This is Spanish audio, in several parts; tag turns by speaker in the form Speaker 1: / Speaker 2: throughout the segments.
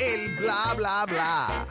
Speaker 1: El bla bla bla.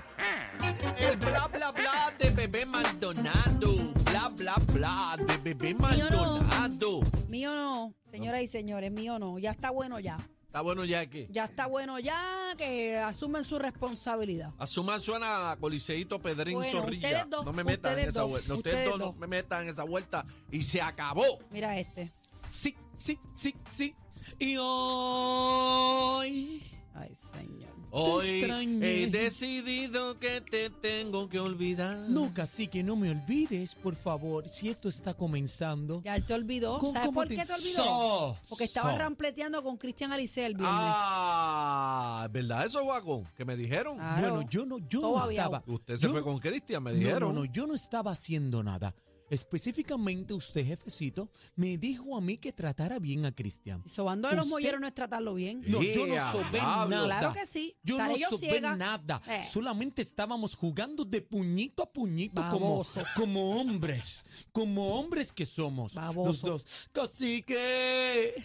Speaker 2: El bla bla bla de bebé Maldonado. Bla bla bla de bebé
Speaker 3: Mío no.
Speaker 2: Maldonado.
Speaker 3: Mío no, señoras y señores, mío no. Ya está bueno ya.
Speaker 2: Está bueno ya que
Speaker 3: Ya está bueno ya que asumen su responsabilidad.
Speaker 2: Asuman suena a Coliseíto Pedrín
Speaker 3: Bueno,
Speaker 2: Zorrilla.
Speaker 3: ustedes dos,
Speaker 2: no me metan en
Speaker 3: ustedes
Speaker 2: esa
Speaker 3: dos,
Speaker 2: vuelta. No,
Speaker 3: ustedes
Speaker 2: dos no
Speaker 3: dos.
Speaker 2: me metan en esa vuelta. Y se acabó.
Speaker 3: Mira este.
Speaker 2: Sí, sí, sí, sí. Y hoy.
Speaker 3: Ay, señor.
Speaker 2: Hoy
Speaker 4: extrañé.
Speaker 2: he decidido que te tengo que olvidar.
Speaker 4: Nunca, así que no me olvides, por favor, si esto está comenzando.
Speaker 3: Ya él te olvidó.
Speaker 4: ¿Cómo-
Speaker 3: ¿Sabes
Speaker 4: cómo
Speaker 3: por
Speaker 4: te-
Speaker 3: qué te olvidó?
Speaker 4: So,
Speaker 3: Porque estaba
Speaker 4: so.
Speaker 3: rampleteando con Cristian Alice el viernes.
Speaker 2: Ah, ¿verdad eso, Guagón? Que me dijeron.
Speaker 3: Ah. claro.
Speaker 4: Bueno, yo no, yo no
Speaker 3: Todavía.
Speaker 4: estaba.
Speaker 2: Usted se
Speaker 4: yo
Speaker 2: fue
Speaker 4: no-
Speaker 2: con Cristian, me
Speaker 4: no,
Speaker 2: dijeron.
Speaker 4: No, no, yo no estaba haciendo nada. Específicamente usted, jefecito, me dijo a mí que tratara bien a Cristian.
Speaker 3: Sobando de los
Speaker 4: Usted-
Speaker 3: molleros no es tratarlo bien.
Speaker 4: No, yo no
Speaker 2: Yeah,
Speaker 4: sobé
Speaker 2: diablo.
Speaker 4: nada.
Speaker 3: Claro que sí.
Speaker 4: Yo
Speaker 3: Estaré
Speaker 4: no
Speaker 3: yo
Speaker 4: sobé
Speaker 3: ciega.
Speaker 4: nada.
Speaker 3: Eh.
Speaker 4: Solamente estábamos jugando de puñito a puñito como,
Speaker 3: Baboso.
Speaker 4: como hombres. Como hombres que somos. Los
Speaker 3: Baboso.
Speaker 4: dos. Casi que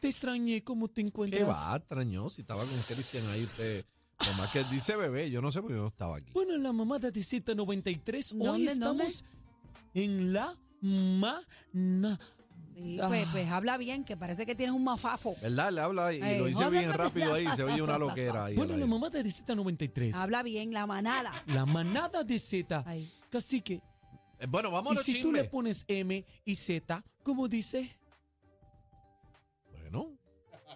Speaker 4: te extrañé cómo
Speaker 2: ¿Qué
Speaker 4: te encuentras.
Speaker 2: va, extrañó? Si estaba con Cristian ahí, usted. Nomás que dice bebé, yo no sé por qué yo no estaba aquí.
Speaker 4: Bueno, la mamada de Z93. Hoy
Speaker 3: ¿Dónde,
Speaker 4: estamos en la mana.
Speaker 3: Y pues, pues
Speaker 4: Ah.
Speaker 3: habla bien, que parece que tienes un mafafo.
Speaker 2: ¿Verdad? Le habla y
Speaker 3: Ey,
Speaker 2: lo dice
Speaker 3: joder,
Speaker 2: bien
Speaker 3: no, no,
Speaker 2: rápido ahí, se oye una loquera ahí.
Speaker 4: Bueno,
Speaker 2: al
Speaker 4: la
Speaker 2: aire.
Speaker 4: mamada de Z93.
Speaker 3: Habla bien, la manada.
Speaker 4: La manada de Z.
Speaker 3: Ay.
Speaker 4: Casi que
Speaker 2: Eh, bueno, vamos a
Speaker 4: Y
Speaker 2: los
Speaker 4: si tú
Speaker 2: chismes.
Speaker 4: le pones M y Z, como dice,
Speaker 2: Bueno.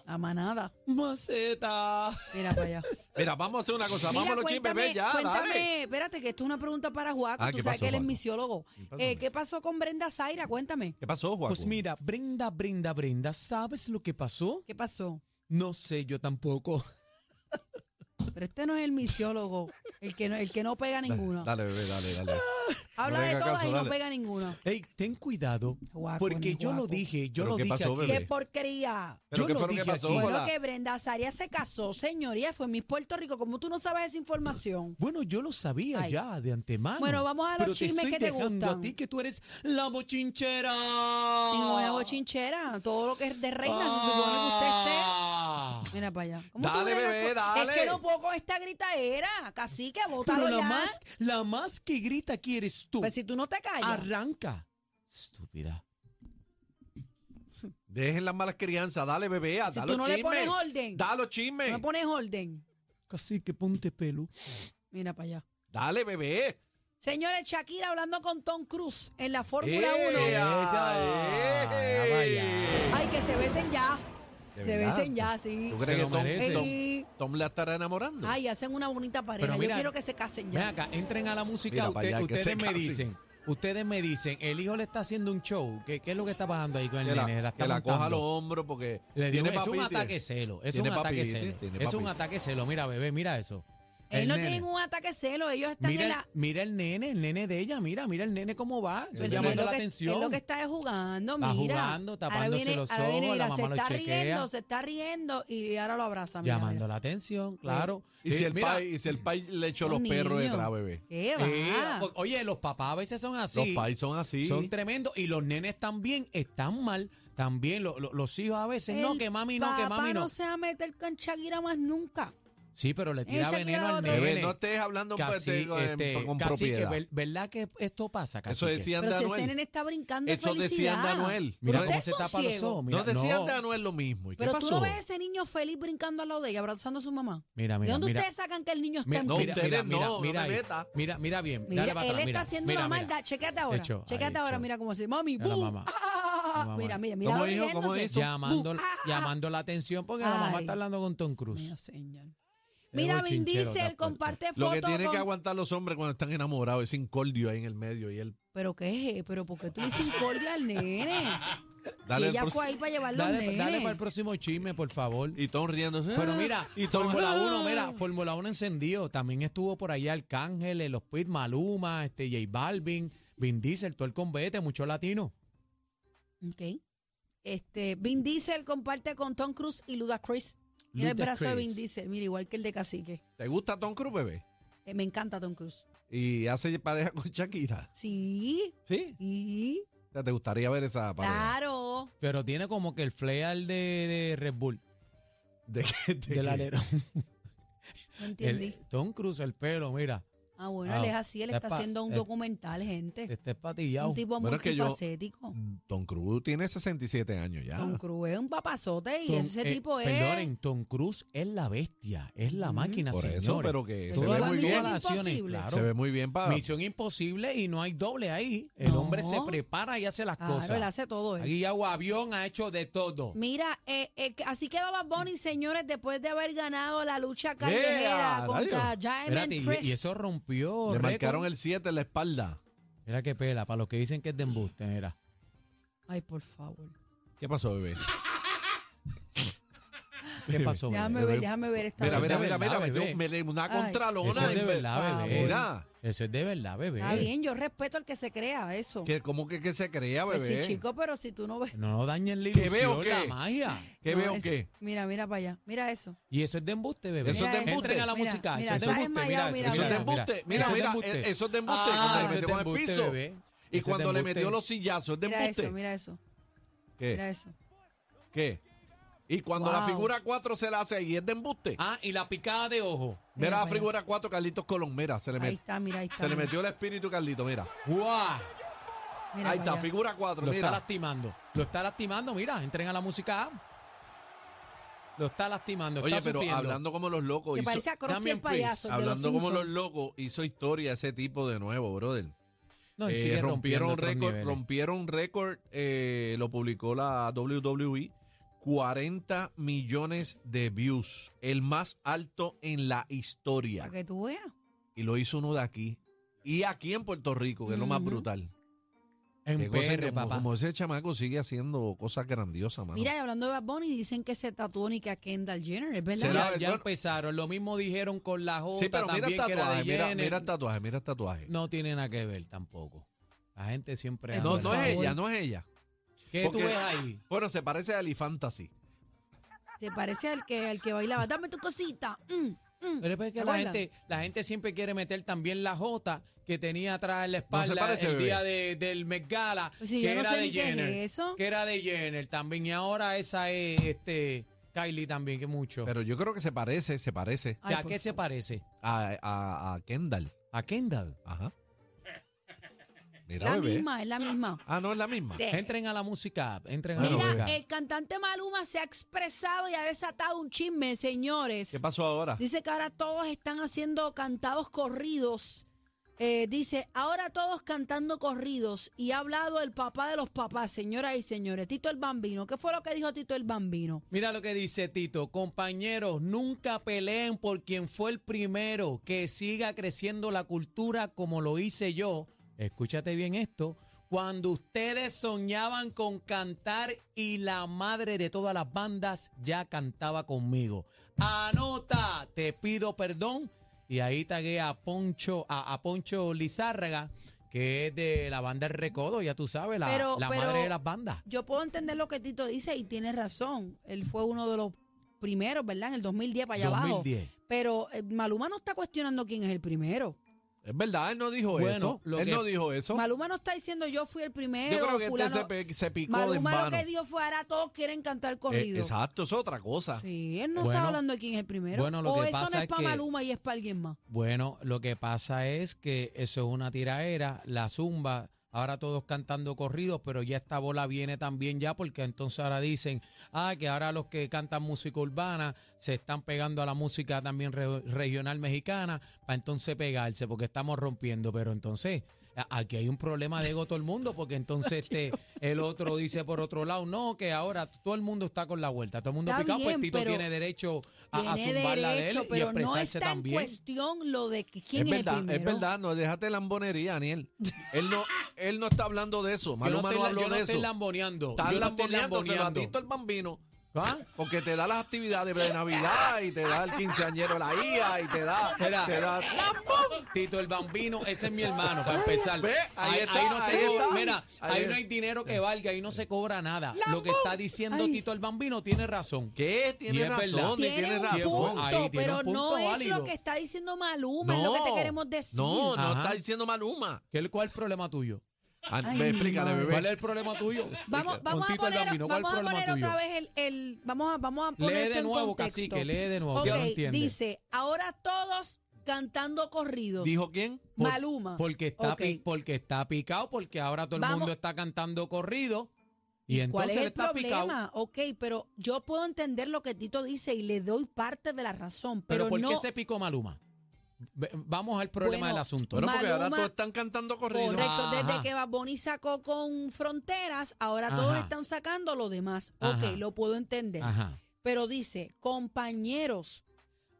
Speaker 3: La manada.
Speaker 4: maceta.
Speaker 3: Mira para allá.
Speaker 2: Mira, vamos a hacer una cosa.
Speaker 3: Mira,
Speaker 2: vamos a los chismes,
Speaker 3: cuéntame,
Speaker 2: ve ya,
Speaker 3: cuéntame,
Speaker 2: dale.
Speaker 3: espérate, que esto es una pregunta para Juaco.
Speaker 2: Ah,
Speaker 3: Tú
Speaker 2: ¿qué
Speaker 3: sabes
Speaker 2: pasó,
Speaker 3: que él es
Speaker 2: Juaco?
Speaker 3: misiólogo.
Speaker 2: ¿Qué pasó,
Speaker 3: Eh,
Speaker 2: Juaco?
Speaker 3: ¿Qué pasó con Brenda Zaira? Cuéntame.
Speaker 2: ¿Qué pasó, Juan?
Speaker 4: Pues mira, Brenda, Brenda, Brenda, ¿sabes lo que pasó?
Speaker 3: ¿Qué pasó?
Speaker 4: No sé, yo tampoco.
Speaker 3: Pero este no es el misiólogo, el que no, el que no pega ninguna.
Speaker 2: Dale, bebé, dale, dale.
Speaker 4: Ah,
Speaker 3: Habla
Speaker 2: no le
Speaker 3: de
Speaker 2: haga
Speaker 3: todas
Speaker 2: caso,
Speaker 3: y
Speaker 2: dale.
Speaker 3: no pega ninguna.
Speaker 4: Ey, ten cuidado,
Speaker 3: Guaco,
Speaker 4: porque
Speaker 3: ni
Speaker 4: yo lo
Speaker 3: guaco.
Speaker 4: dije, yo
Speaker 2: ¿Pero
Speaker 4: lo
Speaker 2: qué
Speaker 4: dije
Speaker 2: pasó,
Speaker 4: aquí.
Speaker 2: bebé?
Speaker 3: ¡Qué porquería!
Speaker 2: ¿Pero
Speaker 4: Yo
Speaker 2: qué
Speaker 4: lo
Speaker 2: fue lo que
Speaker 4: dije
Speaker 2: pasó,
Speaker 4: aquí.
Speaker 2: Juan?
Speaker 3: Bueno, que Brenda Zaria se casó, señoría, fue en Miss Puerto Rico. ¿Cómo tú no sabes esa información?
Speaker 4: Bueno, yo lo sabía
Speaker 3: Ay.
Speaker 4: ya de antemano.
Speaker 3: Bueno, vamos a los
Speaker 4: pero
Speaker 3: chismes
Speaker 4: te
Speaker 3: que
Speaker 4: estoy
Speaker 3: te
Speaker 4: dejando
Speaker 3: gustan.
Speaker 4: a ti que tú eres la bochinchera.
Speaker 2: Ah.
Speaker 3: Ninguna bochinchera, todo lo que es de reina se supone que usted esté. Mira para allá. ¿Cómo tú
Speaker 2: Ah. Dale,
Speaker 3: bregas
Speaker 2: bebé,
Speaker 3: con-
Speaker 2: dale.
Speaker 3: Es que no puedo con esta gritaera, cacique, bótalo
Speaker 4: Pero la
Speaker 3: ya.
Speaker 4: más, la más que grita aquí eres tú.
Speaker 3: Pues si tú no te callas.
Speaker 4: Arranca. Estúpida.
Speaker 2: Dejen las malas crianzas, dale, bebé, a
Speaker 3: Si
Speaker 2: da
Speaker 3: tú
Speaker 2: los
Speaker 3: no le
Speaker 2: chismes.
Speaker 3: pones orden.
Speaker 2: Da los chismes.
Speaker 3: No me pones orden.
Speaker 4: Casi que ponte pelo.
Speaker 3: Mira para allá.
Speaker 2: Dale, bebé.
Speaker 3: Señores, Shakira hablando con Tom Cruise en la Fórmula
Speaker 2: ¡Ea!
Speaker 4: Eh.
Speaker 3: 1.
Speaker 2: ¡Ea!
Speaker 4: Ya Ah, vaya.
Speaker 3: Ay, que se besen ya.
Speaker 2: ¿De
Speaker 3: Se
Speaker 2: verdad?
Speaker 3: besen ya, sí.
Speaker 2: ¿Tú
Speaker 4: Se
Speaker 2: crees que
Speaker 4: lo
Speaker 2: Tom, eh,
Speaker 4: merece.
Speaker 2: Tom,
Speaker 3: Ey.
Speaker 2: Tom la estará enamorando?
Speaker 3: Ay, hacen una bonita pareja.
Speaker 4: Pero mira-
Speaker 3: Yo quiero que se casen
Speaker 4: Ven
Speaker 3: ya.
Speaker 4: acá, entren a la música.
Speaker 2: Mira pa' allá,
Speaker 4: usted-
Speaker 2: que se
Speaker 4: ustedes me
Speaker 2: casen.
Speaker 4: dicen, ustedes me dicen, el hijo le está haciendo un show. ¿Qué, qué es lo que está pasando ahí con el
Speaker 2: que la,
Speaker 4: nene? La
Speaker 2: que
Speaker 4: está
Speaker 2: la coja a los
Speaker 4: montando.
Speaker 2: hombros porque
Speaker 4: Le dio-
Speaker 2: tiene
Speaker 4: es un
Speaker 2: papitis.
Speaker 4: ataque celo. Es un
Speaker 2: Tiene
Speaker 4: ataque
Speaker 2: papitis,
Speaker 4: celo.
Speaker 2: tiene
Speaker 4: Es un
Speaker 2: papitis.
Speaker 4: ataque celo. Mira, bebé, mira eso.
Speaker 3: Ellos no
Speaker 4: nene.
Speaker 3: tienen un ataque celo, ellos están
Speaker 4: Mira,
Speaker 3: en
Speaker 4: el-
Speaker 3: la.
Speaker 4: mira el nene, el nene de ella, mira, mira el nene cómo va,
Speaker 3: Pero
Speaker 4: Eso
Speaker 3: si
Speaker 2: llama
Speaker 3: es
Speaker 4: llamando
Speaker 3: lo
Speaker 4: la
Speaker 3: que-
Speaker 4: atención.
Speaker 3: Es lo que está jugando, mira.
Speaker 4: Está jugando, tapándose
Speaker 3: Ahora viene-
Speaker 4: los
Speaker 3: ahora viene,
Speaker 4: ojos, la
Speaker 3: mira, se
Speaker 4: mamá lo
Speaker 3: está
Speaker 4: chequea.
Speaker 3: riendo, se está riendo y ahora lo abraza. Mira,
Speaker 4: llamando
Speaker 3: mira.
Speaker 4: la atención, claro.
Speaker 2: Y si
Speaker 4: Eh,
Speaker 2: el
Speaker 4: mira,
Speaker 2: pai, y si el pai le echó los
Speaker 3: Son
Speaker 2: perros
Speaker 3: niños.
Speaker 2: detrás, bebé.
Speaker 3: ¿Qué va?
Speaker 4: eh, o- oye, los papás a veces son así.
Speaker 2: Los pais son así.
Speaker 4: Son tremendos. Y los nenes también están mal. También lo- lo- los hijos a veces, no,
Speaker 3: El
Speaker 4: que mami no, que
Speaker 3: papá
Speaker 4: mami no.
Speaker 3: no se va a meter con Shakira más nunca.
Speaker 4: Sí, pero le tira
Speaker 3: Esa que
Speaker 4: veneno
Speaker 3: era
Speaker 4: al
Speaker 3: otra.
Speaker 4: nene.
Speaker 2: Bebé, no estés hablando un
Speaker 4: Casi,
Speaker 2: pete con-
Speaker 4: este,
Speaker 2: con
Speaker 4: casi que,
Speaker 2: propiedad.
Speaker 4: ver- ¿verdad que esto pasa?
Speaker 2: Eso
Speaker 4: cacique?
Speaker 2: decía
Speaker 3: Pero si ese
Speaker 2: Anuel.
Speaker 3: nene está brincando de
Speaker 2: Eso decía
Speaker 3: felicidad.
Speaker 2: Anda Noel.
Speaker 4: Mira
Speaker 3: Ustedes
Speaker 4: cómo se
Speaker 3: son
Speaker 4: tapa los
Speaker 3: ciegos.
Speaker 4: ojos. Mira,
Speaker 2: no decían
Speaker 4: no.
Speaker 2: de Anuel lo mismo. ¿Y
Speaker 3: Pero
Speaker 2: qué
Speaker 3: tú
Speaker 2: pasó?
Speaker 3: no ves a ese niño feliz brincando al lado de ella, abrazando a su mamá.
Speaker 4: Mira, mira,
Speaker 3: ¿De dónde
Speaker 4: mira.
Speaker 3: ustedes sacan que el niño está
Speaker 4: Mira,
Speaker 3: en
Speaker 2: no,
Speaker 4: mira,
Speaker 3: crisis?
Speaker 2: ustedes
Speaker 4: mira, mira,
Speaker 2: no,
Speaker 4: mira
Speaker 2: no me
Speaker 4: ahí.
Speaker 2: meta.
Speaker 4: Mira, mira bien.
Speaker 3: Mira,
Speaker 4: dale para
Speaker 3: él
Speaker 4: atrás, mira,
Speaker 3: está haciendo
Speaker 4: mira,
Speaker 3: una
Speaker 4: mira.
Speaker 3: maldad. Chécate ahora.
Speaker 4: Hecho,
Speaker 3: chécate
Speaker 4: ahí,
Speaker 3: ahora.
Speaker 4: hecho.
Speaker 3: Mira cómo hace. Mami,
Speaker 4: Mira la
Speaker 3: bu,
Speaker 4: mamá.
Speaker 3: ah, ah, ah, ah.
Speaker 4: mamá.
Speaker 3: Mira, mira, mira.
Speaker 2: ¿Cómo
Speaker 3: ahora
Speaker 2: dijo? ¿Cómo
Speaker 3: riéndose.
Speaker 2: hizo?
Speaker 4: Llamando,
Speaker 3: Bu, ah, ah, ah.
Speaker 4: llamando la atención porque la mamá
Speaker 3: Ay.
Speaker 4: está hablando con Tom Cruise.
Speaker 3: Mío, señor. Mira,
Speaker 4: un
Speaker 3: Vin
Speaker 4: chinchero,
Speaker 3: Diesel
Speaker 4: está
Speaker 3: comparte fotos.
Speaker 2: Lo que tienen
Speaker 3: con-
Speaker 2: que aguantar los hombres cuando están enamorados es incordio ahí en el medio y él.
Speaker 3: Pero qué es, pero porque tú le dices incordia al nene.
Speaker 2: Dale
Speaker 3: si ella
Speaker 2: por-
Speaker 3: fue ahí para llevarlo al
Speaker 4: Dale,
Speaker 3: nene.
Speaker 4: dale para el próximo chisme, por favor.
Speaker 2: Y todos riéndose.
Speaker 4: Pero mira,
Speaker 2: y todos-
Speaker 4: Fórmula
Speaker 2: ah.
Speaker 4: 1, mira, Fórmula 1 encendido. También estuvo por allá Arcángel, eh, los Pit, Maluma, este, J Balvin, Vin Diesel, todo el convete, mucho latino.
Speaker 3: Ok. Este, Vin Diesel comparte con Tom Cruise y Ludacris. Mira el brazo de
Speaker 4: Ludacris.
Speaker 3: Vin Diesel, mira, igual que el de Cacique.
Speaker 2: ¿Te gusta Tom Cruise, bebé?
Speaker 3: Eh, me encanta Tom Cruise.
Speaker 2: Y hace pareja con Shakira.
Speaker 3: Sí,
Speaker 2: ¿Sí?
Speaker 3: sí,
Speaker 2: O sea, ¿Te gustaría ver esa pareja?
Speaker 3: claro.
Speaker 4: Pero tiene como que el flair de, de Red Bull,
Speaker 2: ¿De qué? ¿De
Speaker 4: del
Speaker 2: qué?
Speaker 4: alerón.
Speaker 3: No entendí.
Speaker 4: El- Tom Cruise, el pelo, mira,
Speaker 3: ah, bueno,
Speaker 4: Ah,
Speaker 3: él es así, él
Speaker 4: es
Speaker 3: está
Speaker 4: pa-
Speaker 3: haciendo un
Speaker 4: es-
Speaker 3: documental, gente.
Speaker 4: está
Speaker 3: Eh, Un
Speaker 4: espatillado.
Speaker 3: tipo
Speaker 2: Bueno, es que yo-
Speaker 3: multifacético.
Speaker 2: Tom Cruise tiene 67 años ya.
Speaker 3: Tom Cruise es un papazote y
Speaker 4: Tom-
Speaker 3: ese
Speaker 4: eh,
Speaker 3: tipo es.
Speaker 4: Perdonen, Tom Cruise es la bestia, es la máquina,
Speaker 2: Por
Speaker 4: señores.
Speaker 2: eso, pero que se
Speaker 3: Toda
Speaker 2: ve
Speaker 3: la
Speaker 2: muy
Speaker 3: misión
Speaker 2: bien.
Speaker 3: es
Speaker 4: Relaciones,
Speaker 3: imposible.
Speaker 4: claro.
Speaker 2: Se ve muy bien para.
Speaker 4: Misión imposible y no hay doble ahí. El
Speaker 3: No.
Speaker 4: hombre se prepara y hace las
Speaker 3: Claro,
Speaker 4: cosas.
Speaker 3: él hace todo. él.
Speaker 4: Ha guiado avión, ha hecho de todo.
Speaker 3: Mira, eh, eh, que- así quedó Bad Bunny, señores, después de haber ganado la lucha callejera
Speaker 2: Yeah,
Speaker 3: contra Diamond
Speaker 4: Espérate, y,
Speaker 3: Chris.
Speaker 4: y eso rompió.
Speaker 2: Le
Speaker 4: récord.
Speaker 2: marcaron el 7 en la espalda.
Speaker 4: Mira qué pela, para los que dicen que es de embuste, mira.
Speaker 3: Ay, por favor.
Speaker 2: ¿Qué pasó, bebé?
Speaker 4: ¿Qué pasó?
Speaker 3: Déjame ver, déjame ver esta.
Speaker 2: Mira,
Speaker 4: Eso es
Speaker 2: mira,
Speaker 4: de
Speaker 2: mira, mira.
Speaker 4: verdad,
Speaker 2: metió-
Speaker 4: bebé.
Speaker 2: me le- una
Speaker 3: Ay.
Speaker 4: Eso
Speaker 2: contralona.
Speaker 4: es de
Speaker 2: me-
Speaker 4: verdad, bebé.
Speaker 2: Mira,
Speaker 4: Eso es de verdad, bebé.
Speaker 3: Está bien, yo respeto al que se crea eso.
Speaker 2: que, ¿cómo que, que se crea,
Speaker 3: Pues sí,
Speaker 2: bebé?
Speaker 3: chico, pero si tú no ves.
Speaker 4: No dañen la
Speaker 2: ¿Qué veo
Speaker 4: ilusión,
Speaker 2: qué?
Speaker 4: la magia.
Speaker 2: ¿Qué
Speaker 3: no,
Speaker 2: veo
Speaker 3: es-
Speaker 2: qué?
Speaker 3: Mira, mira para allá. Mira eso.
Speaker 4: Y eso es de embuste, bebé.
Speaker 2: Eso es de
Speaker 4: Entren
Speaker 2: embuste.
Speaker 4: a la
Speaker 3: Mira,
Speaker 4: música.
Speaker 3: mira,
Speaker 4: eso es de
Speaker 3: está
Speaker 4: embuste. Mira,
Speaker 3: desmayado, mira,
Speaker 2: Eso es de
Speaker 3: mira.
Speaker 2: embuste. Mira,
Speaker 4: Eso es de
Speaker 2: mira,
Speaker 4: embuste.
Speaker 2: eh, eso es de embuste.
Speaker 4: Ah,
Speaker 2: cuando le
Speaker 4: eso es de
Speaker 2: metieron el
Speaker 4: embuste,
Speaker 2: piso.
Speaker 4: bebé.
Speaker 2: Y
Speaker 4: Eso es de
Speaker 2: cuando le
Speaker 4: embuste.
Speaker 2: metió los sillazos, es de
Speaker 3: Mira
Speaker 2: embuste.
Speaker 3: eso, mira eso.
Speaker 2: ¿Qué?
Speaker 3: Mira eso.
Speaker 2: ¿Qué? Y cuando la
Speaker 3: Wow.
Speaker 2: figura 4 se la hace ahí, es de embuste.
Speaker 4: Ah, y la picada de ojo.
Speaker 3: mira
Speaker 2: mira la
Speaker 3: para allá.
Speaker 2: figura 4, Carlitos Colón. Mira, se le,
Speaker 3: Ahí
Speaker 2: met-
Speaker 3: está, mira, ahí está.
Speaker 2: se le
Speaker 3: mira.
Speaker 2: metió el espíritu, Carlito. Mira.
Speaker 4: ¡Guau!
Speaker 3: Mira
Speaker 2: ahí
Speaker 3: pa'
Speaker 2: está,
Speaker 3: allá.
Speaker 2: figura 4.
Speaker 4: Lo está
Speaker 2: Mira.
Speaker 4: lastimando. Lo está lastimando, mira. Entren a la música. Lo está lastimando.
Speaker 2: Oye,
Speaker 4: está
Speaker 2: pero
Speaker 4: sufriendo.
Speaker 2: hablando como los locos.
Speaker 3: Que
Speaker 2: hizo-
Speaker 3: parece a Crosby el
Speaker 4: Damian Priest,
Speaker 3: payaso. el de los
Speaker 2: hablando como los
Speaker 3: Simpsons.
Speaker 2: locos, hizo historia ese tipo de nuevo, brother.
Speaker 4: No, él
Speaker 2: Eh,
Speaker 4: sigue rompiendo
Speaker 2: rompieron
Speaker 4: otros
Speaker 2: récord,
Speaker 4: niveles.
Speaker 2: rompieron récord, eh, lo publicó la WWE, 40 millones de views, el más alto en la historia.
Speaker 3: Para que tú veas.
Speaker 2: Y lo hizo uno de aquí. Y aquí en Puerto Rico, que es lo más
Speaker 3: Ujú.
Speaker 2: brutal. Qué
Speaker 4: En
Speaker 2: cosa
Speaker 4: PR,
Speaker 2: que como,
Speaker 4: papá.
Speaker 2: como ese chamaco sigue haciendo cosas grandiosas, mano.
Speaker 3: Mira, y hablando de Bad Bunny, dicen que se tatuó ni que a Kendall Jenner, es
Speaker 4: Ya-
Speaker 3: verdad.
Speaker 2: ¿Será?
Speaker 4: ya,
Speaker 2: bueno.
Speaker 4: empezaron. Lo mismo dijeron con la J
Speaker 2: sí, pero mira
Speaker 4: también
Speaker 2: el
Speaker 4: que era de
Speaker 2: tatuaje, mira,
Speaker 4: Jenner.
Speaker 2: mira el tatuaje, mira el tatuaje. No,
Speaker 4: No tiene nada que ver tampoco. La gente siempre
Speaker 3: Eh,
Speaker 2: no,
Speaker 4: habla.
Speaker 3: por
Speaker 2: es
Speaker 3: favor.
Speaker 2: ella, no es ella.
Speaker 4: ¿Qué
Speaker 2: porque-
Speaker 4: tú ves ahí?
Speaker 2: Bueno, se parece a Ali Fantasy.
Speaker 3: Se parece al que, al que bailaba. Dame tu cosita. Mm, mm.
Speaker 4: Pero es
Speaker 3: ¿Te
Speaker 4: que la
Speaker 3: acuerdas?
Speaker 4: gente, la gente siempre quiere meter también la J que tenía atrás en la espalda
Speaker 2: parece,
Speaker 4: el
Speaker 2: bebé.
Speaker 4: día de- del Met Gala,
Speaker 3: Pues si
Speaker 4: que
Speaker 3: yo no
Speaker 4: era
Speaker 3: sé
Speaker 4: de
Speaker 3: ni qué es
Speaker 4: Jenner.
Speaker 3: eso.
Speaker 4: Que era de Jenner también. Y ahora esa es este, Kylie también, que mucho.
Speaker 2: Pero yo creo que se parece, se parece
Speaker 4: ¿A
Speaker 3: Ay, por
Speaker 4: qué se
Speaker 3: favor.
Speaker 4: parece?
Speaker 2: a, a- a Kendall.
Speaker 4: A Kendall.
Speaker 2: Ajá. Mira,
Speaker 3: La
Speaker 2: bebé.
Speaker 3: misma, es la misma.
Speaker 2: Ah, no es la misma.
Speaker 3: De-
Speaker 4: Entren a la música, app, entren a la música.
Speaker 3: Eh. Mira, eh,
Speaker 4: app.
Speaker 3: el cantante Maluma se ha expresado y ha desatado un chisme,
Speaker 2: ¿Qué
Speaker 3: señores.
Speaker 2: pasó ahora?
Speaker 3: Dice que ahora todos están haciendo cantados corridos. Eh, dice, ahora todos cantando corridos. Y ha hablado el papá de los papás, señoras y señores. Tito el Bambino. ¿Qué fue lo que dijo Tito el Bambino?
Speaker 4: Mira lo que dice Tito, compañeros, nunca peleen por quien fue el primero, que siga creciendo la cultura como lo hice yo. Escúchate bien esto, cuando ustedes soñaban con cantar y la madre de todas las bandas ya cantaba conmigo. Anota, te pido perdón. Y ahí tagué a Poncho, a, a Poncho Lizárraga, que es de la banda El Recodo, ya tú sabes, la,
Speaker 3: Pero-
Speaker 4: la
Speaker 3: pero-
Speaker 4: madre de las bandas.
Speaker 3: Yo puedo entender lo que Tito dice y tiene razón. Él fue uno de los primeros, ¿verdad? En el 2010 para allá abajo.
Speaker 4: 2010.
Speaker 3: Pero eh, Maluma no está cuestionando quién es el primero.
Speaker 2: Es verdad, él no dijo
Speaker 4: Bueno,
Speaker 2: eso.
Speaker 4: lo
Speaker 2: Él
Speaker 4: que-
Speaker 2: no dijo eso. Eh,
Speaker 3: Maluma no está diciendo yo fui el primero.
Speaker 2: Yo creo que este
Speaker 3: fulano".
Speaker 2: se, pe- se picó
Speaker 3: Maluma
Speaker 2: de en
Speaker 3: lo
Speaker 2: vano.
Speaker 3: que dijo fue ahora todos quieren cantar
Speaker 2: Eh,
Speaker 3: corrido.
Speaker 2: exacto, es otra cosa.
Speaker 3: Sí, él no
Speaker 4: Bueno,
Speaker 3: está hablando de quién es el primero.
Speaker 4: bueno, lo
Speaker 3: o
Speaker 4: que
Speaker 3: eso
Speaker 4: pasa
Speaker 3: no es
Speaker 4: es
Speaker 3: para
Speaker 4: que-
Speaker 3: Maluma y es para alguien más.
Speaker 4: Bueno, lo que pasa es que eso es una tiraera, la zumba, ahora todos cantando corridos, pero ya esta bola viene también ya porque entonces ahora dicen, ah, que ahora los que cantan música urbana se están pegando a la música también re- regional mexicana para entonces pegarse porque estamos rompiendo, pero entonces a- aquí hay un problema de ego todo el mundo porque entonces este el otro dice por otro lado, no, que ahora todo el mundo está con la vuelta, todo el mundo
Speaker 3: Está
Speaker 4: picado, pues
Speaker 3: bien,
Speaker 4: Tito
Speaker 3: pero
Speaker 4: tiene derecho a, a
Speaker 3: Tiene
Speaker 4: zumbarla de él
Speaker 3: derecho,
Speaker 4: y
Speaker 3: pero no
Speaker 4: expresarse
Speaker 3: está en
Speaker 4: también.
Speaker 3: cuestión lo de que quién
Speaker 2: Es
Speaker 3: es,
Speaker 2: verdad,
Speaker 3: el
Speaker 2: es
Speaker 3: primero.
Speaker 2: verdad, no, déjate lambonería, Daniel. él no, él no está hablando de eso. Maluma no
Speaker 4: yo no estoy,
Speaker 2: habló
Speaker 4: yo no
Speaker 2: de
Speaker 4: estoy
Speaker 2: eso.
Speaker 4: lamboneando.
Speaker 2: Está
Speaker 4: yo no estoy
Speaker 2: lamboneándoselo a
Speaker 4: lamboneando.
Speaker 2: Tito el bambino.
Speaker 4: ¿Ah?
Speaker 2: Porque te da las actividades de Navidad y te da el quinceañero de la IA y te da.
Speaker 4: Mira.
Speaker 2: Te da
Speaker 4: Tito el bambino, ese es mi hermano, para empezar.
Speaker 2: Ve, ahí está,
Speaker 4: no se
Speaker 2: ahí
Speaker 4: cobra-
Speaker 2: está.
Speaker 4: mira,
Speaker 2: Ahí
Speaker 4: ahí
Speaker 2: es.
Speaker 4: no hay dinero que valga, ahí no se cobra nada. Lo que está diciendo
Speaker 3: Ay.
Speaker 4: Tito el bambino tiene razón.
Speaker 2: ¿Qué?
Speaker 4: Y
Speaker 2: Tiene
Speaker 4: es verdad.
Speaker 2: razón, y
Speaker 3: Tiene,
Speaker 2: tiene
Speaker 3: un
Speaker 2: razón.
Speaker 3: punto,
Speaker 4: Ahí tiene
Speaker 3: pero
Speaker 4: un punto
Speaker 3: no es
Speaker 4: válido.
Speaker 3: lo que está diciendo Maluma, es lo que te queremos decir.
Speaker 2: No, no
Speaker 4: Ajá.
Speaker 2: está diciendo Maluma.
Speaker 4: ¿Qué- ¿Cuál es el problema tuyo?
Speaker 2: Ah,
Speaker 3: Ay,
Speaker 2: ve, explícale,
Speaker 3: madre.
Speaker 2: bebé.
Speaker 4: ¿Cuál es el problema tuyo?
Speaker 3: Vamos, vamos a
Speaker 4: Juntito al
Speaker 3: poner,
Speaker 4: Bambino, ¿cuál
Speaker 3: vamos a
Speaker 4: problema
Speaker 3: poner otra
Speaker 4: tuyo?
Speaker 3: vez el, el- vamos a vamos a poner
Speaker 4: Lee
Speaker 3: esto
Speaker 4: de
Speaker 3: en
Speaker 4: nuevo,
Speaker 3: contexto.
Speaker 4: cacique, lee de nuevo, que
Speaker 3: Ok,
Speaker 4: no entiende.
Speaker 3: dice, ahora todos cantando corridos.
Speaker 2: ¿Dijo quién?
Speaker 4: Por-
Speaker 3: Maluma.
Speaker 4: Porque está,
Speaker 3: Ok.
Speaker 4: pi- porque está picado, porque ahora todo el
Speaker 3: Vamos.
Speaker 4: mundo está cantando corrido. Y
Speaker 3: ¿Cuál
Speaker 4: entonces
Speaker 3: es
Speaker 4: él
Speaker 3: el
Speaker 4: está picado.
Speaker 3: problema? Ok, pero yo puedo entender lo que Tito dice y le doy parte de la razón, pero,
Speaker 4: Pero, ¿por
Speaker 3: no
Speaker 4: qué se picó Maluma? Ve- Vamos al problema
Speaker 3: Bueno,
Speaker 4: del asunto.
Speaker 2: Bueno, porque ahora
Speaker 3: Maluma-
Speaker 2: todos están cantando corrido.
Speaker 3: Correcto, desde
Speaker 4: Ajá.
Speaker 3: que Bad Bunny sacó con Fronteras, ahora todos
Speaker 4: Ajá.
Speaker 3: están sacando lo demás.
Speaker 4: Ajá.
Speaker 3: Ok, lo puedo entender.
Speaker 4: Ajá.
Speaker 3: Pero dice, compañeros,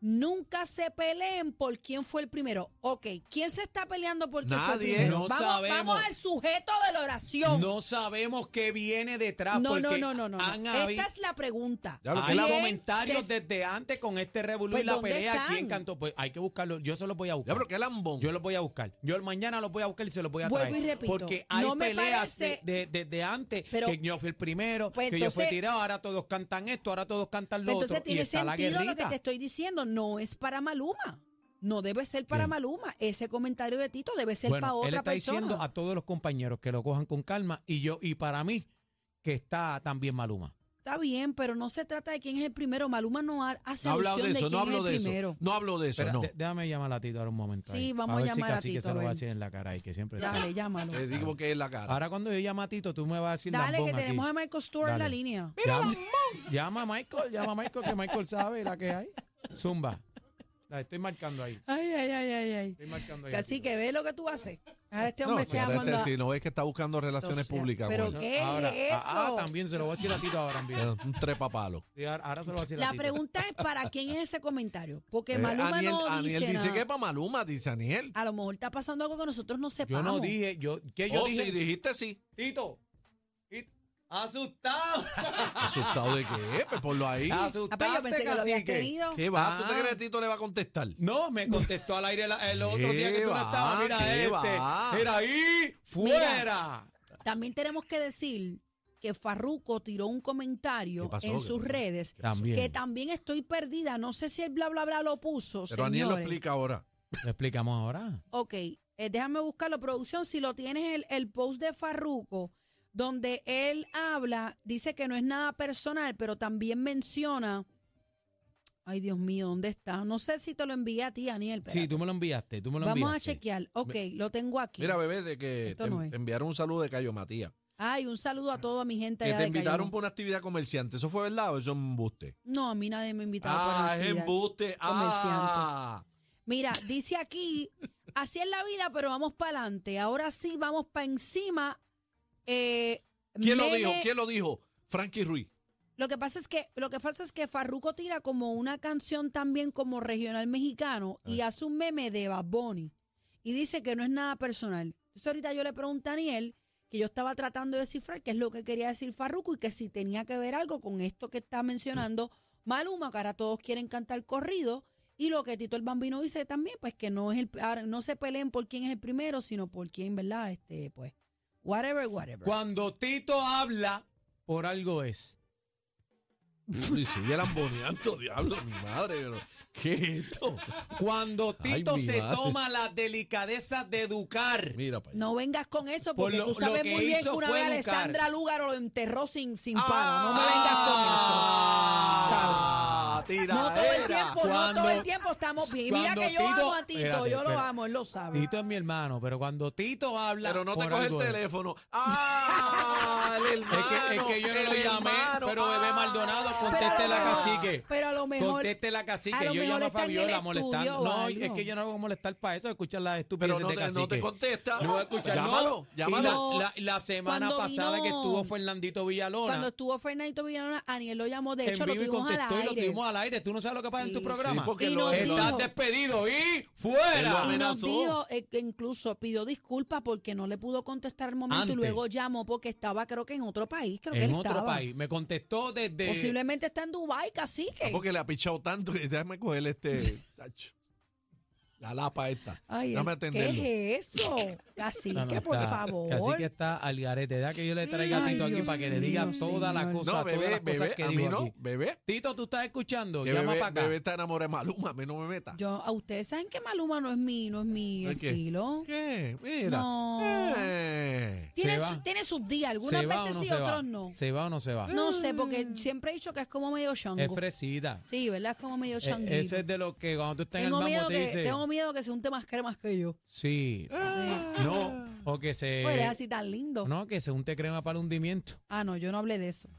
Speaker 3: nunca se peleen por quién fue el primero. Ok, ¿quién se está peleando por quién fue
Speaker 2: Nadie.
Speaker 3: el primero?
Speaker 4: No
Speaker 3: vamos,
Speaker 4: sabemos.
Speaker 3: vamos al sujeto de la oración.
Speaker 4: No sabemos qué viene detrás.
Speaker 3: no,
Speaker 4: porque
Speaker 3: no, no, no, no, no.
Speaker 4: Han habido,
Speaker 3: Esta es la pregunta.
Speaker 2: Ya lo
Speaker 4: hay
Speaker 2: ¿quién
Speaker 4: comentarios
Speaker 3: se-
Speaker 4: desde antes con este revolú
Speaker 3: Pues,
Speaker 4: y la
Speaker 3: ¿dónde
Speaker 4: pelea.
Speaker 3: están?
Speaker 4: ¿Quién cantó? Pues hay que buscarlo. Yo se los voy a
Speaker 2: Ya,
Speaker 4: buscar.
Speaker 2: pero qué lambón.
Speaker 4: Yo los voy a buscar. Yo el mañana los voy a buscar y se los voy a
Speaker 3: Vuelvo
Speaker 4: traer.
Speaker 3: y repito,
Speaker 4: Porque hay
Speaker 3: no me
Speaker 4: peleas
Speaker 3: parece-
Speaker 4: de- de- desde antes
Speaker 3: Pero-
Speaker 4: que yo fui el primero,
Speaker 3: Pues
Speaker 4: que yo fui
Speaker 3: entonces- Pues
Speaker 4: tirado, ahora todos cantan esto, ahora todos cantan lo
Speaker 3: Entonces
Speaker 4: otro. y
Speaker 3: tiene
Speaker 4: está la
Speaker 3: sentido lo que
Speaker 4: guerrita.
Speaker 3: te estoy diciendo. No es para Maluma. No debe ser para
Speaker 4: Bien.
Speaker 3: Maluma. Ese comentario de Tito debe ser para
Speaker 4: Bueno,
Speaker 3: otra
Speaker 4: él está
Speaker 3: persona.
Speaker 4: diciendo a todos los compañeros que lo cojan con calma y yo, y para mí, que está también Maluma.
Speaker 3: Está bien, pero no se trata de quién es el primero. Maluma no ha- hace
Speaker 2: no hablo
Speaker 3: alusión
Speaker 2: de
Speaker 3: de,
Speaker 2: eso,
Speaker 3: quién
Speaker 2: no hablo
Speaker 3: es el
Speaker 2: de
Speaker 3: primero.
Speaker 2: eso. No hablo de eso,
Speaker 4: Espera,
Speaker 2: no.
Speaker 4: de- déjame llamar a Tito ahora un momento.
Speaker 3: Sí,
Speaker 4: ahí,
Speaker 3: vamos
Speaker 4: para
Speaker 3: a
Speaker 4: ver si
Speaker 3: llamar a
Speaker 4: Cacique
Speaker 3: Tito,
Speaker 4: se
Speaker 3: a
Speaker 4: lo va a
Speaker 3: ver.
Speaker 4: decir en la cara ahí, que siempre está.
Speaker 3: Dale, llámalo.
Speaker 2: Te digo que es la cara.
Speaker 4: Ahora cuando yo llame a Tito, tú me vas a decir
Speaker 3: Dale,
Speaker 4: lambón
Speaker 3: que
Speaker 4: aquí.
Speaker 3: tenemos em- a Michael Stewart en la
Speaker 4: Dale.
Speaker 3: línea.
Speaker 4: Llama, llama a Michael, llama a Michael, que Michael sabe la que hay. Zumba. La estoy marcando ahí.
Speaker 3: Ay, ay, ay, ay, ay.
Speaker 4: Estoy marcando ahí.
Speaker 3: Así que ve lo que tú haces. Ahora este
Speaker 2: no,
Speaker 3: hombre está
Speaker 2: señora, este
Speaker 3: llamando a-
Speaker 2: sí, no ves que está buscando relaciones
Speaker 3: Entonces,
Speaker 2: públicas.
Speaker 3: pero
Speaker 2: bueno.
Speaker 3: ¿qué
Speaker 4: ahora,
Speaker 3: es eso?
Speaker 4: Ah, ah, también se lo voy a decir a Tito ahora también.
Speaker 2: Un trepapalo.
Speaker 4: Sí, ahora- ahora se lo voy a decir a
Speaker 3: La
Speaker 4: Tito.
Speaker 3: pregunta es para quién es ese comentario. Porque
Speaker 2: Eh,
Speaker 3: Maluma
Speaker 2: Aniel,
Speaker 3: no
Speaker 2: Aniel
Speaker 3: dice,
Speaker 2: dice
Speaker 3: nada.
Speaker 2: que es para Maluma, dice Aniel.
Speaker 3: A lo mejor está pasando algo que nosotros no
Speaker 4: Yo
Speaker 3: sepamos.
Speaker 4: no dije, yo, que yo
Speaker 2: oh,
Speaker 4: dije,
Speaker 2: sí, dijiste sí.
Speaker 4: Tito, Tito, asustado.
Speaker 2: ¿Asustado de qué? Pues ponlo ahí.
Speaker 3: Ah, pero yo
Speaker 4: Asustaste,
Speaker 3: pensé que lo habías
Speaker 4: cacique.
Speaker 3: tenido.
Speaker 2: ¿Qué va? ¿Tú te
Speaker 4: Ah.
Speaker 2: crees que Tito le va a contestar?
Speaker 4: No, me contestó al aire la- el otro
Speaker 2: ¿Qué
Speaker 4: día que tú no
Speaker 2: va?
Speaker 4: estabas. Mira
Speaker 2: ¿Qué
Speaker 4: este,
Speaker 2: va?
Speaker 4: mira ahí, fuera.
Speaker 3: También tenemos que decir que Farruco tiró un comentario
Speaker 2: ¿Qué pasó?
Speaker 3: en
Speaker 2: ¿Qué
Speaker 3: sus
Speaker 2: pasó?
Speaker 3: redes
Speaker 4: También.
Speaker 3: que también estoy perdida. No sé si el bla bla bla lo puso.
Speaker 2: Pero Aniel lo
Speaker 3: señores.
Speaker 2: explica ahora.
Speaker 4: Lo explicamos ahora.
Speaker 3: Ok, eh, déjame buscarlo, producción, si lo tienes el, el post de Farruco, donde él habla, dice que no es nada personal, pero también menciona, ay Dios mío, ¿dónde está? No sé si te lo envié a ti, Daniel, pero
Speaker 4: Sí, tú me lo enviaste, tú me lo
Speaker 3: vamos a
Speaker 4: enviaste.
Speaker 3: chequear. Ok, lo tengo aquí.
Speaker 2: Mira, bebé, de que
Speaker 3: Esto
Speaker 2: te,
Speaker 3: no es.
Speaker 2: te enviaron un saludo de Cayo Matías.
Speaker 3: ay, un saludo a toda mi gente.
Speaker 2: Que
Speaker 3: allá
Speaker 2: te
Speaker 3: de Cayuno.
Speaker 2: invitaron por una actividad comerciante. ¿Eso fue verdad o eso es un embuste?
Speaker 3: No, a mí nadie me ha invitado
Speaker 2: Ah,
Speaker 3: para
Speaker 2: es embuste. Ah,
Speaker 3: Mira, dice aquí, así es la vida, pero vamos para adelante. Ahora sí, vamos para encima. Eh,
Speaker 2: ¿quién lo
Speaker 3: meme-
Speaker 2: dijo? ¿Quién lo dijo? Frankie Ruiz.
Speaker 3: Lo que pasa es que lo que pasa es que Farruko tira como una canción también como regional mexicano y hace un meme de Bad Bunny y dice que no es nada personal. Entonces ahorita yo le pregunto a Daniel que yo estaba tratando de descifrar qué es lo que quería decir Farruko y que si tenía que ver algo con esto que está mencionando Maluma, que ahora todos quieren cantar corrido y lo que Tito el Bambino dice también, pues que no es el ahora no se peleen por quién es el primero, sino por quién, ¿verdad? Este, pues whatever, whatever.
Speaker 4: Cuando Tito habla, por algo es.
Speaker 2: Y sigue lamboneando, diablo, mi madre. pero, ¿Qué es esto?
Speaker 4: Cuando
Speaker 2: Ay,
Speaker 4: Tito
Speaker 2: mi
Speaker 4: se
Speaker 2: madre.
Speaker 4: toma la delicadeza de educar.
Speaker 2: Mira para allá.
Speaker 3: No vengas con eso
Speaker 4: Por
Speaker 3: porque
Speaker 4: lo-
Speaker 3: tú sabes
Speaker 4: lo que
Speaker 3: muy bien que
Speaker 4: hizo
Speaker 3: una
Speaker 4: fue
Speaker 3: vez
Speaker 4: educar.
Speaker 3: Alessandra Lúgaro lo enterró sin, sin
Speaker 2: Ah,
Speaker 3: palo. No me
Speaker 2: ah,
Speaker 3: vengas con eso. ¿sabes? No todo el
Speaker 2: tiraera.
Speaker 3: tiempo, no todo el
Speaker 4: Cuando-
Speaker 3: tiempo estamos bien. Y Mira
Speaker 4: cuando
Speaker 3: que yo
Speaker 4: Tito-
Speaker 3: amo a Tito,
Speaker 4: Espérate,
Speaker 3: yo lo
Speaker 4: espérate.
Speaker 3: amo, él lo sabe.
Speaker 4: Tito es mi hermano, pero cuando Tito habla.
Speaker 2: Pero no te
Speaker 4: por
Speaker 2: coge el
Speaker 4: algo es.
Speaker 2: teléfono. ¡Ah! El
Speaker 4: Es que, es
Speaker 2: hermano,
Speaker 4: que yo no lo
Speaker 2: el
Speaker 4: llamé,
Speaker 2: hermano,
Speaker 4: pero bebé
Speaker 2: ah.
Speaker 4: Maldonado,
Speaker 3: Pero a lo
Speaker 4: conteste la
Speaker 3: mejor-
Speaker 4: cacique.
Speaker 3: Pero a lo mejor.
Speaker 4: Conteste la
Speaker 3: a lo
Speaker 4: cacique. Yo
Speaker 3: mejor
Speaker 4: llamo
Speaker 3: está
Speaker 4: a
Speaker 3: en el
Speaker 4: Fabiola
Speaker 3: estudio
Speaker 4: molestando.
Speaker 3: o
Speaker 4: No,
Speaker 3: algo.
Speaker 4: es que yo no voy a molestar para eso, escuchar las estupideces
Speaker 2: Pero no
Speaker 4: de
Speaker 2: te,
Speaker 4: cacique.
Speaker 2: no te contesta.
Speaker 4: No voy a escuchar. no.
Speaker 2: Llámalo,
Speaker 4: Y
Speaker 2: llámalo.
Speaker 3: No.
Speaker 4: La, la- la semana
Speaker 3: Cuando
Speaker 4: pasada
Speaker 3: vino-
Speaker 4: que estuvo Fernandito Villalona.
Speaker 3: Cuando estuvo Fernandito Villalona, Aniel lo llamó. De
Speaker 4: en
Speaker 3: hecho, lo
Speaker 4: vivo y
Speaker 3: tuvimos al
Speaker 4: contestó y lo
Speaker 3: aire.
Speaker 4: tuvimos al aire. Tú no sabes lo que pasa en
Speaker 3: Sí.
Speaker 4: tu programa.
Speaker 2: Sí, porque
Speaker 3: Y
Speaker 2: lo- lo-
Speaker 3: nos
Speaker 4: Estás
Speaker 3: dijo-
Speaker 4: despedido y
Speaker 2: Él lo
Speaker 4: fuera.
Speaker 3: Y nos
Speaker 2: amenazó.
Speaker 3: dijo, eh, que incluso pidió disculpas porque no le pudo contestar el momento
Speaker 4: Antes.
Speaker 3: y luego llamó porque estaba, creo que en otro país, creo que
Speaker 4: en
Speaker 3: él
Speaker 4: otro
Speaker 3: estaba.
Speaker 4: país. Me contestó desde.
Speaker 3: Posiblemente
Speaker 4: Ah,
Speaker 3: está en Dubái, cacique.
Speaker 2: Porque le ha pichado tanto que déjame coger este. tacho. La lapa esta.
Speaker 3: Ay,
Speaker 2: Dame
Speaker 3: el-
Speaker 2: atenderlo.
Speaker 3: ¿Qué es eso? Cacique,
Speaker 4: Ah, No, no,
Speaker 3: por
Speaker 4: está-
Speaker 3: favor.
Speaker 4: Así que está al garete. Deja que yo le traiga a
Speaker 3: Ay,
Speaker 4: Tito aquí
Speaker 3: Dios
Speaker 4: para que le diga
Speaker 3: mío,
Speaker 4: todas las
Speaker 3: señor.
Speaker 4: cosas,
Speaker 2: No,
Speaker 4: todas
Speaker 2: bebé,
Speaker 4: las cosas
Speaker 2: bebé,
Speaker 4: que
Speaker 2: a mí
Speaker 4: digo
Speaker 2: no,
Speaker 4: aquí.
Speaker 2: bebé.
Speaker 4: Tito, tú estás escuchando.
Speaker 2: Que
Speaker 4: Llama
Speaker 2: bebé,
Speaker 4: para acá.
Speaker 2: bebé está enamorado de Maluma, a mí no me meta.
Speaker 3: Yo, a ustedes saben que Maluma no es mi, no es mi
Speaker 2: ¿De qué?
Speaker 3: estilo.
Speaker 2: ¿Qué? Mira.
Speaker 3: No.
Speaker 2: Eh.
Speaker 3: Tiene,
Speaker 4: Se va.
Speaker 3: su- tiene sus días, algunas
Speaker 4: ¿Se va o
Speaker 3: veces
Speaker 4: no
Speaker 3: sí,
Speaker 4: se va?
Speaker 3: otros no.
Speaker 4: ¿Se va o no se va?
Speaker 3: No sé, porque siempre he dicho que es como medio chango.
Speaker 4: Es fresita.
Speaker 3: Sí, ¿verdad? Es como medio
Speaker 4: Eh,
Speaker 3: changuito.
Speaker 4: Ese es de los que cuando tú estás
Speaker 3: tengo,
Speaker 4: en el
Speaker 3: miedo
Speaker 4: mambo te
Speaker 3: que,
Speaker 4: dice.
Speaker 3: tengo miedo que se unte más cremas que yo.
Speaker 4: Sí.
Speaker 3: Ah.
Speaker 4: No. O que se.
Speaker 3: Pues eres así tan lindo.
Speaker 4: Eh, No, que se unte crema para el hundimiento.
Speaker 3: Ah, no, yo no hablé de eso.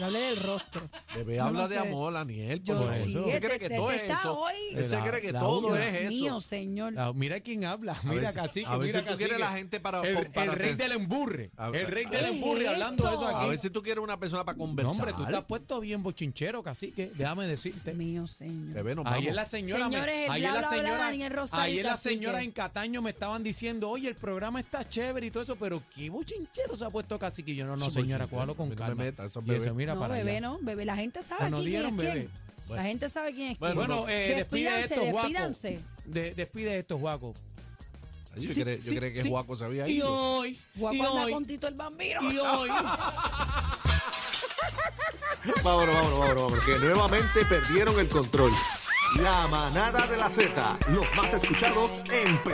Speaker 3: Yo hablé del rostro.
Speaker 2: Bebé
Speaker 3: Yo no
Speaker 2: habla de
Speaker 3: sé.
Speaker 2: amor, Daniel.
Speaker 3: Yo
Speaker 2: por
Speaker 4: sí,
Speaker 2: favor.
Speaker 3: este-
Speaker 2: ¿Usted cree que
Speaker 3: este
Speaker 2: todo es
Speaker 3: está
Speaker 2: eso?
Speaker 3: hoy.
Speaker 2: Él se
Speaker 4: La-
Speaker 2: cree que
Speaker 4: la
Speaker 2: todo
Speaker 4: uña.
Speaker 2: es
Speaker 3: Dios
Speaker 2: eso.
Speaker 3: mío, señor.
Speaker 4: Ah, Mira quién habla.
Speaker 2: A ver
Speaker 4: Mira,
Speaker 2: si-
Speaker 4: cacique.
Speaker 2: a ver
Speaker 4: mira,
Speaker 2: si tú quieres
Speaker 4: cacique.
Speaker 2: la gente para-
Speaker 4: El,
Speaker 2: para-
Speaker 4: el rey
Speaker 2: para-
Speaker 4: del emburre.
Speaker 2: A ver.
Speaker 4: El rey del
Speaker 3: ¿Qué es
Speaker 4: emburre hablando de eso
Speaker 3: esto?
Speaker 4: aquí.
Speaker 2: A ver si tú quieres una persona para
Speaker 4: No,
Speaker 2: conversar.
Speaker 4: hombre, tú te has puesto bien bochinchero, cacique. Déjame decirte.
Speaker 3: Dios mío, señor.
Speaker 2: Bebé, nos
Speaker 4: Ayer
Speaker 2: vamos.
Speaker 4: la señora, me-
Speaker 3: Señores, el
Speaker 4: ayer
Speaker 3: bla,
Speaker 4: la
Speaker 3: bla, bla,
Speaker 4: señora,
Speaker 3: Daniel Rosario,
Speaker 4: ayer la
Speaker 3: cacique.
Speaker 4: señora en Cataño me estaban diciendo, oye, el programa está chévere y todo eso, pero qué bochinchero se ha puesto cacique. Y yo, no, no,
Speaker 2: Sí,
Speaker 4: señora,
Speaker 2: bochinchero.
Speaker 4: cógalo con
Speaker 2: No me
Speaker 4: calma.
Speaker 2: meta, eso es
Speaker 4: y eso,
Speaker 2: bebé.
Speaker 4: mira,
Speaker 3: no,
Speaker 4: para
Speaker 3: bebé,
Speaker 4: allá.
Speaker 3: no, bebé. La gente sabe
Speaker 4: Ah, no
Speaker 3: aquí quién es
Speaker 4: dieron,
Speaker 3: quién.
Speaker 4: bebé.
Speaker 3: La gente sabe quién es
Speaker 2: Bueno,
Speaker 3: quién.
Speaker 4: Bueno, eh, despide
Speaker 3: Despídanse,
Speaker 4: esto, Juaco.
Speaker 3: despídanse.
Speaker 4: De- despide esto, Juaco.
Speaker 2: Ay, Yo
Speaker 4: Sí,
Speaker 2: creí
Speaker 4: sí,
Speaker 2: yo creí que
Speaker 4: sí.
Speaker 2: Juaco se había
Speaker 4: Y
Speaker 2: ido.
Speaker 4: hoy, y
Speaker 3: Guaco anda
Speaker 4: hoy,
Speaker 3: con Tito el Bambino.
Speaker 4: y hoy.
Speaker 5: Vámonos, vámonos, vámonos, vámonos, que nuevamente perdieron el control. La manada de la Z, los más escuchados en Perú.